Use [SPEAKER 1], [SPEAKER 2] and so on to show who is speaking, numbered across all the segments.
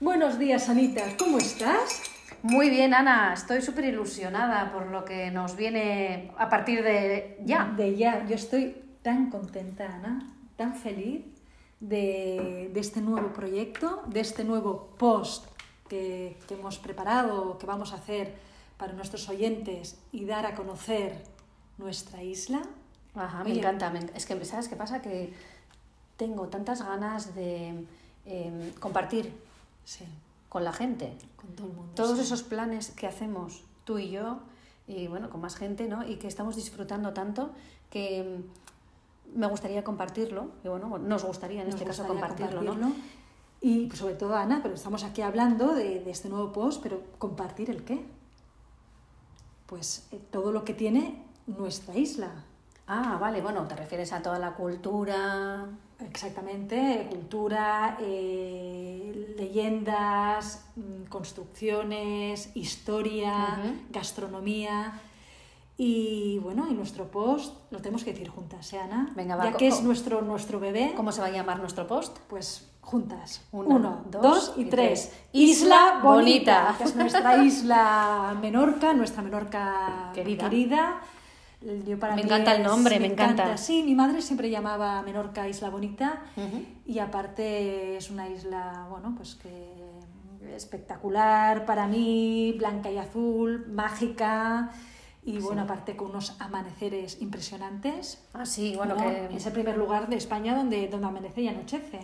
[SPEAKER 1] Buenos días, Anita. ¿Cómo estás?
[SPEAKER 2] Muy bien, Ana, estoy súper ilusionada por lo que nos viene a partir de ya.
[SPEAKER 1] De ya, yo estoy tan contenta, Ana, tan feliz de, de este nuevo proyecto, de este nuevo post que, que hemos preparado, que vamos a hacer para nuestros oyentes y dar a conocer nuestra isla.
[SPEAKER 2] Ajá, me
[SPEAKER 1] Oye.
[SPEAKER 2] encanta. me enc- Es que, ¿sabes qué pasa? Que tengo tantas ganas de eh, compartir
[SPEAKER 1] Sí,
[SPEAKER 2] con la gente
[SPEAKER 1] con todo el mundo.
[SPEAKER 2] todos
[SPEAKER 1] sí.
[SPEAKER 2] esos planes que hacemos tú y yo, y bueno, con más gente, ¿no? Y que estamos disfrutando tanto que mm, me gustaría compartirlo, y bueno, nos gustaría en
[SPEAKER 1] Nos
[SPEAKER 2] este caso
[SPEAKER 1] gustaría
[SPEAKER 2] compartirlo, ¿no?
[SPEAKER 1] compartirlo. Y pues, sobre todo, Ana, pero estamos aquí hablando de, de este nuevo post, pero ¿compartir el qué? Pues eh, todo lo que tiene nuestra isla.
[SPEAKER 2] Ah, vale, bueno, te refieres a toda la cultura.
[SPEAKER 1] Exactamente, cultura, eh, leyendas, mm, construcciones, historia,
[SPEAKER 2] Ujú.
[SPEAKER 1] gastronomía. Y bueno, y nuestro post lo tenemos que decir juntas, ¿eh, Ana?
[SPEAKER 2] Venga, va,
[SPEAKER 1] ya
[SPEAKER 2] co-
[SPEAKER 1] que es
[SPEAKER 2] co-
[SPEAKER 1] nuestro, nuestro bebé,
[SPEAKER 2] ¿Cómo se va a llamar nuestro post?
[SPEAKER 1] pues juntas.
[SPEAKER 2] Una,
[SPEAKER 1] Uno,
[SPEAKER 2] dos
[SPEAKER 1] dos, y,
[SPEAKER 2] y
[SPEAKER 1] tres.
[SPEAKER 2] tres. Isla Bonita.
[SPEAKER 1] que es nuestra isla Menorca, nuestra Menorca
[SPEAKER 2] Querida.
[SPEAKER 1] Yo para
[SPEAKER 2] Me
[SPEAKER 1] mí
[SPEAKER 2] encanta el
[SPEAKER 1] es-
[SPEAKER 2] nombre, me encanta.
[SPEAKER 1] Sí, mi madre siempre llamaba Menorca Isla Bonita
[SPEAKER 2] Ujú.
[SPEAKER 1] y aparte es una isla, bueno, pues que espectacular para mí, blanca y azul, mágica y bueno, aparte con unos amaneceres impresionantes.
[SPEAKER 2] Ah, sí, bueno,
[SPEAKER 1] ¿no?
[SPEAKER 2] que
[SPEAKER 1] Es el primer lugar de España donde, donde amanece y anochece.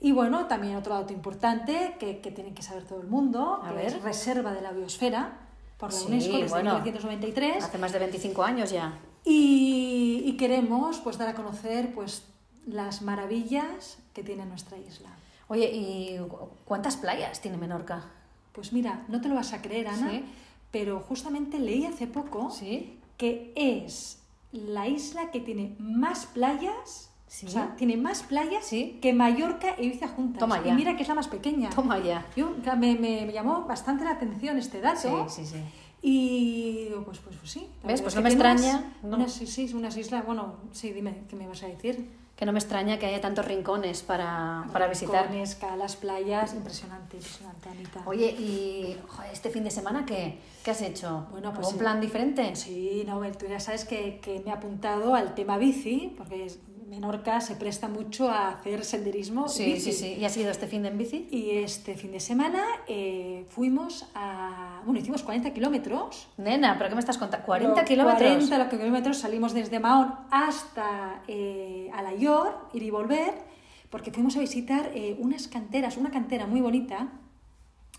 [SPEAKER 1] Y bueno, también otro dato importante que, que tienen que saber todo el mundo,
[SPEAKER 2] A
[SPEAKER 1] que
[SPEAKER 2] ver.
[SPEAKER 1] es reserva de la biosfera por la
[SPEAKER 2] Sí,
[SPEAKER 1] UNESCO desde
[SPEAKER 2] bueno.
[SPEAKER 1] 1993.
[SPEAKER 2] hace más de 25 años ya.
[SPEAKER 1] Y, y queremos pues dar a conocer pues las maravillas que tiene nuestra isla.
[SPEAKER 2] Oye, ¿y cu- cuántas playas tiene Menorca?
[SPEAKER 1] Pues mira, no te lo vas a creer, Ana,
[SPEAKER 2] Sí.
[SPEAKER 1] pero justamente leí hace poco
[SPEAKER 2] Sí.
[SPEAKER 1] que es la isla que tiene más playas,
[SPEAKER 2] Sí.
[SPEAKER 1] o sea, tiene más playas
[SPEAKER 2] Sí.
[SPEAKER 1] que Mallorca e Ibiza juntas.
[SPEAKER 2] Toma
[SPEAKER 1] Y
[SPEAKER 2] ya.
[SPEAKER 1] mira que es la más pequeña.
[SPEAKER 2] Toma ya.
[SPEAKER 1] Yo, me, me- me llamó bastante la atención este dato.
[SPEAKER 2] sí, sí.
[SPEAKER 1] Y digo, pues, pues, pues sí. la
[SPEAKER 2] ¿Ves?
[SPEAKER 1] verdad
[SPEAKER 2] Pues
[SPEAKER 1] es
[SPEAKER 2] no me
[SPEAKER 1] que tiene
[SPEAKER 2] extraña,
[SPEAKER 1] unas-
[SPEAKER 2] no.
[SPEAKER 1] Unas, sí, sí, unas islas, bueno, sí, dime, ¿qué me vas a decir?
[SPEAKER 2] Que no me extraña que haya tantos rincones para, para visitar.
[SPEAKER 1] Con escalas, playas, impresionante, impresionante, Anita.
[SPEAKER 2] Oye, ¿y joder, este fin de semana qué, qué has hecho?
[SPEAKER 1] Bueno, pues
[SPEAKER 2] ¿Algún
[SPEAKER 1] sí.
[SPEAKER 2] plan diferente?
[SPEAKER 1] Sí, no, bueno, tú ya sabes que, que me he apuntado al tema bici, porque es- Menorca se presta mucho a hacer senderismo.
[SPEAKER 2] sí,
[SPEAKER 1] bici.
[SPEAKER 2] sí, sí. ¿Y has ido este fin de en bici?
[SPEAKER 1] Y este fin de semana eh, fuimos a. Bueno, hicimos 40 kilómetros.
[SPEAKER 2] Nena, ¿pero qué me estás contando? ¿40
[SPEAKER 1] Los
[SPEAKER 2] kilómetros?
[SPEAKER 1] 40 los kilómetros salimos desde Mahón hasta eh, Alayor, ir y volver, porque fuimos a visitar eh, unas canteras, una cantera muy bonita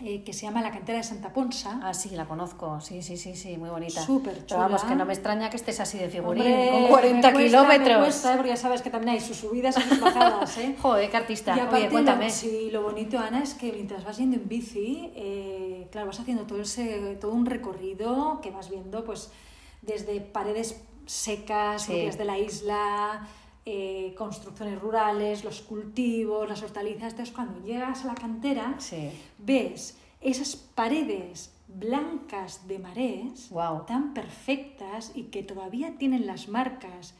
[SPEAKER 1] eh, que se llama la cantera de Santa Ponsa.
[SPEAKER 2] Ah, sí, la conozco. Sí, sí, sí, sí, muy bonita.
[SPEAKER 1] Súper
[SPEAKER 2] Pero vamos,
[SPEAKER 1] chula.
[SPEAKER 2] que no me extraña que estés así de figurín,
[SPEAKER 1] Hombre,
[SPEAKER 2] con
[SPEAKER 1] me
[SPEAKER 2] 40
[SPEAKER 1] cuesta,
[SPEAKER 2] kilómetros.
[SPEAKER 1] Me cuesta, ¿eh? porque ya sabes que también hay sus subidas y sus bajadas, ¿eh?
[SPEAKER 2] Joder,
[SPEAKER 1] Y
[SPEAKER 2] qué artista.
[SPEAKER 1] aparte,
[SPEAKER 2] Oye, cuéntame.
[SPEAKER 1] Lo, sí, lo bonito, Ana, es que mientras vas yendo en bici, eh, claro, vas haciendo todo, ese, todo un recorrido que vas viendo, pues, desde paredes secas,
[SPEAKER 2] Sí.
[SPEAKER 1] propias de la isla, eh, construcciones rurales, los cultivos, las hortalizas. Entonces, cuando llegas a la cantera,
[SPEAKER 2] Sí.
[SPEAKER 1] ves esas paredes blancas de marés
[SPEAKER 2] Guau.
[SPEAKER 1] tan perfectas y que todavía tienen las marcas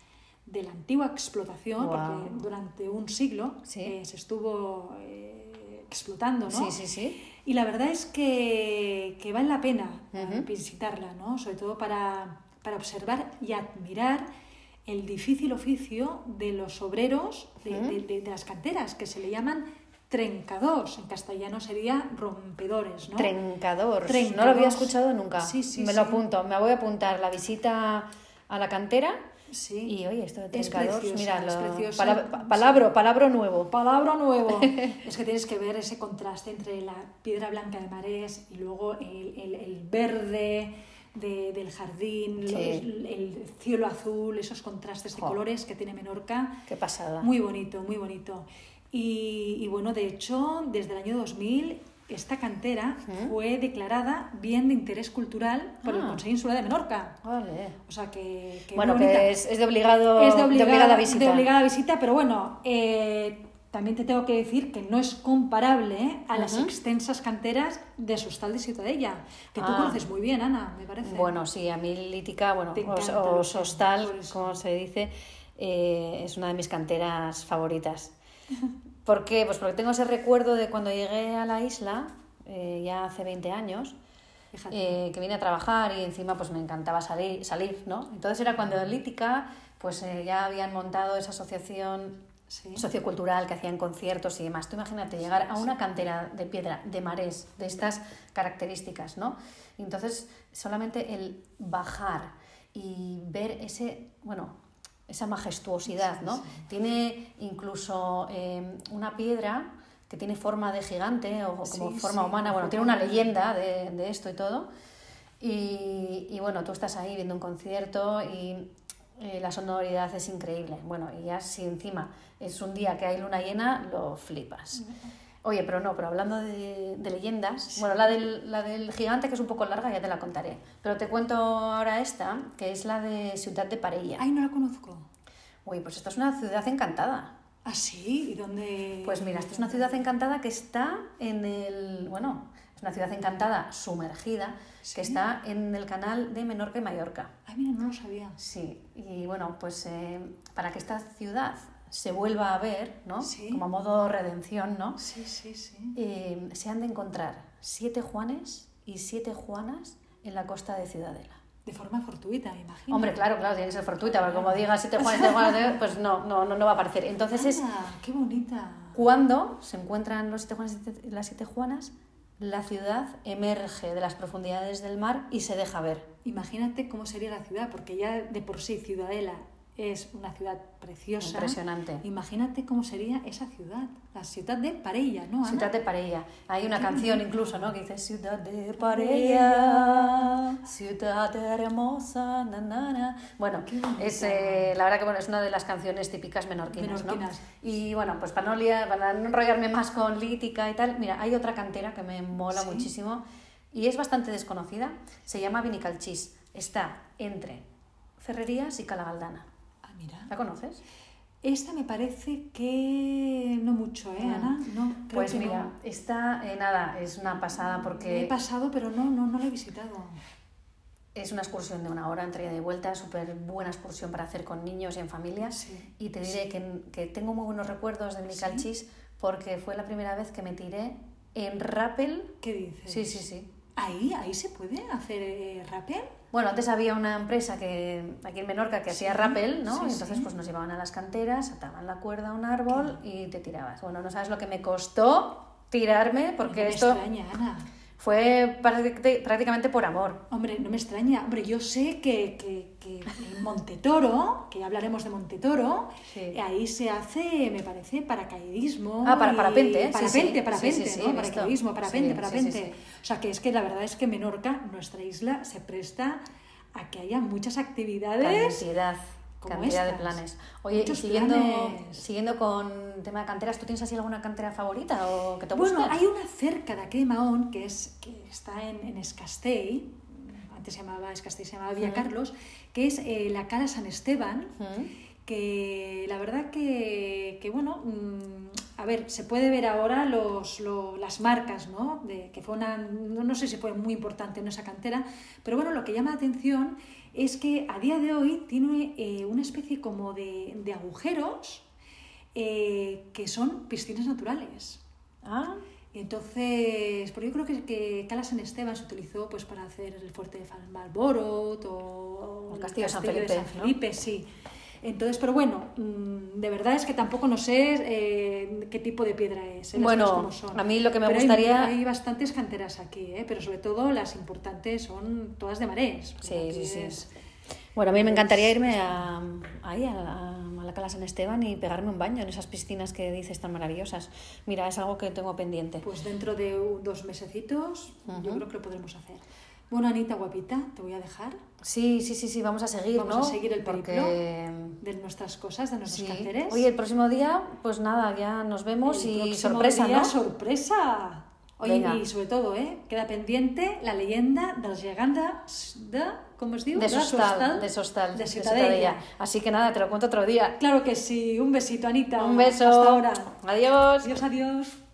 [SPEAKER 1] de la antigua explotación,
[SPEAKER 2] Guau.
[SPEAKER 1] porque durante un siglo
[SPEAKER 2] Sí.
[SPEAKER 1] eh, se estuvo eh, explotando, ¿no?
[SPEAKER 2] Sí, sí, sí.
[SPEAKER 1] Y la verdad es que, que vale la pena eh,
[SPEAKER 2] Ujú.
[SPEAKER 1] visitarla, ¿no? Sobre todo para, para observar y admirar el difícil oficio de los obreros de,
[SPEAKER 2] Ujú.
[SPEAKER 1] de- de- de las canteras, que se le llaman trencados, en castellano sería rompedores, ¿no?
[SPEAKER 2] Trencador. No
[SPEAKER 1] Trencadors.
[SPEAKER 2] lo había escuchado nunca.
[SPEAKER 1] Sí, sí,
[SPEAKER 2] Me lo
[SPEAKER 1] sí.
[SPEAKER 2] apunto. Me voy a apuntar la visita a la cantera.
[SPEAKER 1] Sí.
[SPEAKER 2] Y oye, esto de
[SPEAKER 1] Es
[SPEAKER 2] trencador,
[SPEAKER 1] preciosa,
[SPEAKER 2] mira,
[SPEAKER 1] es
[SPEAKER 2] lo-
[SPEAKER 1] preciosa.
[SPEAKER 2] palab- pa- palabro, palabro nuevo.
[SPEAKER 1] Palabra nuevo. es que tienes que ver ese contraste entre la piedra blanca de marés y luego el, el- el verde de- del jardín,
[SPEAKER 2] Sí.
[SPEAKER 1] los- el cielo azul, esos contrastes de
[SPEAKER 2] Jo. Ah.
[SPEAKER 1] colores que tiene Menorca.
[SPEAKER 2] Qué pasada.
[SPEAKER 1] Muy bonito, muy bonito. Y, y bueno, de hecho, desde el año 2000, esta cantera
[SPEAKER 2] Ujú.
[SPEAKER 1] fue declarada bien de interés cultural por el
[SPEAKER 2] Ah.
[SPEAKER 1] Consejo Insular de Menorca.
[SPEAKER 2] Ole.
[SPEAKER 1] O sea que... que
[SPEAKER 2] Bueno,
[SPEAKER 1] muy bonita.
[SPEAKER 2] que es, es de obligado
[SPEAKER 1] Es de obligada,
[SPEAKER 2] visita.
[SPEAKER 1] de obligada visita, pero bueno, eh, también te tengo que decir que no es comparable ¿eh? a las
[SPEAKER 2] Ujú.
[SPEAKER 1] extensas canteras de Sustal de Ciutadella, que tú
[SPEAKER 2] Ah.
[SPEAKER 1] conoces muy bien, Ana, me parece.
[SPEAKER 2] Bueno, sí, a mí Lítica, bueno,
[SPEAKER 1] Te
[SPEAKER 2] o,
[SPEAKER 1] encanta,
[SPEAKER 2] o
[SPEAKER 1] lo sé,
[SPEAKER 2] Sostal,
[SPEAKER 1] por eso.
[SPEAKER 2] como se dice, eh, es una de mis canteras favoritas. ¿Por qué? Pues porque tengo ese recuerdo de cuando llegué a la isla, eh, ya hace 20 años,
[SPEAKER 1] Fíjate.
[SPEAKER 2] eh, que vine a trabajar y encima pues me encantaba salir, salir ¿no? Entonces era cuando en Lítica pues eh, ya habían montado esa asociación
[SPEAKER 1] Sí.
[SPEAKER 2] sociocultural que hacían conciertos y demás. Tú imagínate llegar a una cantera de piedra, de marés, de estas características, ¿no? Y Entonces, solamente el bajar y ver ese, bueno, esa majestuosidad, ¿no?
[SPEAKER 1] Sí,
[SPEAKER 2] Tiene incluso eh, una piedra que tiene forma de gigante o como
[SPEAKER 1] Sí,
[SPEAKER 2] forma
[SPEAKER 1] sí,
[SPEAKER 2] humana, bueno,
[SPEAKER 1] forma
[SPEAKER 2] tiene una
[SPEAKER 1] humana.
[SPEAKER 2] leyenda de, de esto y todo. Y, y bueno, tú estás ahí viendo un concierto y eh, la sonoridad es increíble. Bueno, y ya si encima es un día que hay luna llena, lo flipas. Oye, pero no, pero hablando de, de leyendas, bueno, la del, la del gigante que es un poco larga ya te la contaré, pero te cuento ahora esta, que es la de Ciudad de Parella.
[SPEAKER 1] Ay, no la conozco.
[SPEAKER 2] Uy, pues esta es una ciudad encantada.
[SPEAKER 1] ¿Ah, sí? ¿Y dónde?
[SPEAKER 2] Pues mira, esta es una ciudad encantada que está en el. Bueno, es una ciudad encantada sumergida
[SPEAKER 1] Sí.
[SPEAKER 2] que está en el canal de Menorca y Mallorca.
[SPEAKER 1] Ay, mira, no lo sabía.
[SPEAKER 2] Sí, y bueno, pues eh, para que esta ciudad se vuelva a ver, ¿no?
[SPEAKER 1] Sí.
[SPEAKER 2] Como modo redención, ¿no?
[SPEAKER 1] Sí, sí, sí.
[SPEAKER 2] Eh, se han de encontrar siete Juanes y siete Juanas en la costa de Ciudadela.
[SPEAKER 1] De forma fortuita, me imagino.
[SPEAKER 2] Hombre, claro, claro, tiene que ser fortuita, porque como digas siete Juanes, siete Juanes, pues no, no, no, no va a aparecer. Entonces es
[SPEAKER 1] Ah, qué bonita.
[SPEAKER 2] Cuando se encuentran los siete Juanes y las siete Juanas, la ciudad emerge de las profundidades del mar y se deja ver.
[SPEAKER 1] Imagínate cómo sería la ciudad, porque ya de por sí Ciudadela es una ciudad preciosa.
[SPEAKER 2] Impresionante.
[SPEAKER 1] Imagínate cómo sería esa ciudad, la ciudad de Parella, ¿no? Ana?
[SPEAKER 2] Ciudad de Parella. Hay una canción incluso, ¿no? Que dice Ciudad de Parella, ciudad hermosa, na, na, na". Bueno,
[SPEAKER 1] Qué bonita.
[SPEAKER 2] es, eh, la verdad que bueno, es una de las canciones típicas menorquinas, ¿no?
[SPEAKER 1] Menorquinas.
[SPEAKER 2] Y bueno, pues para no, liar- para no enrollarme más con lítica y tal, mira, hay otra cantera que me mola
[SPEAKER 1] Sí.
[SPEAKER 2] muchísimo y es bastante desconocida. Se llama Vinicalchís. Está entre Ferrerías y Calagaldana.
[SPEAKER 1] Ah, mira.
[SPEAKER 2] ¿La conoces?
[SPEAKER 1] Esta me parece que no mucho, ¿eh,
[SPEAKER 2] No.
[SPEAKER 1] Ana? No, creo
[SPEAKER 2] Ah. pues
[SPEAKER 1] que
[SPEAKER 2] mira,
[SPEAKER 1] no.
[SPEAKER 2] esta, eh, nada, es una pasada porque...
[SPEAKER 1] He pasado, pero no, no, no la he visitado.
[SPEAKER 2] Es una excursión de una hora, entre ida y vuelta, súper buena excursión para hacer con niños y en familia.
[SPEAKER 1] Sí.
[SPEAKER 2] Y te diré que, que tengo muy buenos recuerdos de Minicalchis porque fue la primera vez que me tiré en rappel.
[SPEAKER 1] ¿Qué dices?
[SPEAKER 2] Sí, sí, sí.
[SPEAKER 1] Ahí, ahí se puede hacer eh, rappel.
[SPEAKER 2] Bueno, antes había una empresa que aquí en Menorca que hacía
[SPEAKER 1] Sí,
[SPEAKER 2] rappel, ¿no?
[SPEAKER 1] sí,
[SPEAKER 2] Y entonces
[SPEAKER 1] sí.
[SPEAKER 2] pues nos llevaban a las canteras, ataban la cuerda a un árbol y te tirabas. Bueno, no sabes lo que me costó tirarme porque
[SPEAKER 1] no me
[SPEAKER 2] esto
[SPEAKER 1] extraña, Ana.
[SPEAKER 2] fue prácti- prácticamente por amor.
[SPEAKER 1] Hombre, no me extraña. Hombre, yo sé que, que, que en Montetoro, que ya hablaremos de Montetoro,
[SPEAKER 2] Sí.
[SPEAKER 1] eh, ahí se hace, me parece, paracaidismo.
[SPEAKER 2] Ah, para-
[SPEAKER 1] y-
[SPEAKER 2] parapente, ¿eh? Sí,
[SPEAKER 1] Parapente,
[SPEAKER 2] sí.
[SPEAKER 1] parapente,
[SPEAKER 2] Sí, sí, sí,
[SPEAKER 1] ¿no?
[SPEAKER 2] he visto.
[SPEAKER 1] Paracaidismo, parapente,
[SPEAKER 2] Sí, sí,
[SPEAKER 1] parapente.
[SPEAKER 2] sí, sí.
[SPEAKER 1] O sea, que es que la verdad es que Menorca, nuestra isla, se presta a que haya muchas actividades.
[SPEAKER 2] Cantidad,
[SPEAKER 1] como
[SPEAKER 2] cantidad de
[SPEAKER 1] estas.
[SPEAKER 2] planes. Oye, y
[SPEAKER 1] Muchos
[SPEAKER 2] siguiendo,
[SPEAKER 1] planes.
[SPEAKER 2] siguiendo con tema de canteras, ¿tú tienes así alguna cantera favorita o que te guste?
[SPEAKER 1] Bueno, hay una cerca de aquí de Mahón que, es, que está en, en Escastell, antes se llamaba Escastell, se llamaba Villa
[SPEAKER 2] Ujú.
[SPEAKER 1] Carlos, que es eh, la Cala San Esteban,
[SPEAKER 2] Ujú.
[SPEAKER 1] que la verdad que, que, bueno, mm, a ver, se puede ver ahora los, lo- las marcas, ¿no? De, que fue una, no, no sé si fue muy importante en esa cantera, pero bueno, lo que llama la atención es que a día de hoy tiene eh, una especie como de, de agujeros eh, que son piscinas naturales.
[SPEAKER 2] Ah,
[SPEAKER 1] Y entonces, porque yo creo que, que Cala San Esteban se utilizó pues para hacer el fuerte de Fal- Malboro o
[SPEAKER 2] El castillo de San
[SPEAKER 1] de
[SPEAKER 2] Felipe,
[SPEAKER 1] San
[SPEAKER 2] ¿no?
[SPEAKER 1] Felipe, sí. Entonces, pero bueno, mm, de verdad es que tampoco no sé eh, qué tipo de piedra es. eh, las
[SPEAKER 2] Bueno,
[SPEAKER 1] cosas como son.
[SPEAKER 2] a mí lo que me
[SPEAKER 1] Pero hay-
[SPEAKER 2] gustaría-
[SPEAKER 1] Hay, bastantes canteras aquí, eh, pero sobre todo las importantes son todas de marés. porque
[SPEAKER 2] Sí, sí,
[SPEAKER 1] aquí
[SPEAKER 2] sí.
[SPEAKER 1] es-
[SPEAKER 2] bueno, a mí me encantaría irme a, ahí, a, a- a la Cala San Esteban y pegarme un baño en esas piscinas que dices tan maravillosas. Mira, es algo que tengo pendiente.
[SPEAKER 1] Pues dentro de un- dos mesecitos yo creo que lo podremos hacer. Bueno, Anita, guapita, te voy a dejar.
[SPEAKER 2] Sí, sí, sí, sí, vamos a seguir,
[SPEAKER 1] Vamos
[SPEAKER 2] ¿no?
[SPEAKER 1] a seguir el
[SPEAKER 2] Porque...
[SPEAKER 1] de nuestras cosas, de nuestros
[SPEAKER 2] Sí.
[SPEAKER 1] canteres.
[SPEAKER 2] Oye, el próximo día, pues nada, ya nos vemos
[SPEAKER 1] El
[SPEAKER 2] y
[SPEAKER 1] próximo
[SPEAKER 2] sorpresa,
[SPEAKER 1] día,
[SPEAKER 2] ¿no?
[SPEAKER 1] sorpresa. Oye,
[SPEAKER 2] Venga.
[SPEAKER 1] y sobre todo, ¿eh? Queda pendiente la leyenda dels gegants de... Com es diu?
[SPEAKER 2] De
[SPEAKER 1] De
[SPEAKER 2] Sostal, de Sostal,
[SPEAKER 1] de
[SPEAKER 2] de
[SPEAKER 1] Ciutadella.
[SPEAKER 2] Ciutadella. Así que nada, te lo cuento otro día.
[SPEAKER 1] Claro que sí. Un besito, Anita.
[SPEAKER 2] Un beso.
[SPEAKER 1] Hasta ahora.
[SPEAKER 2] Adiós.
[SPEAKER 1] Adiós, adiós.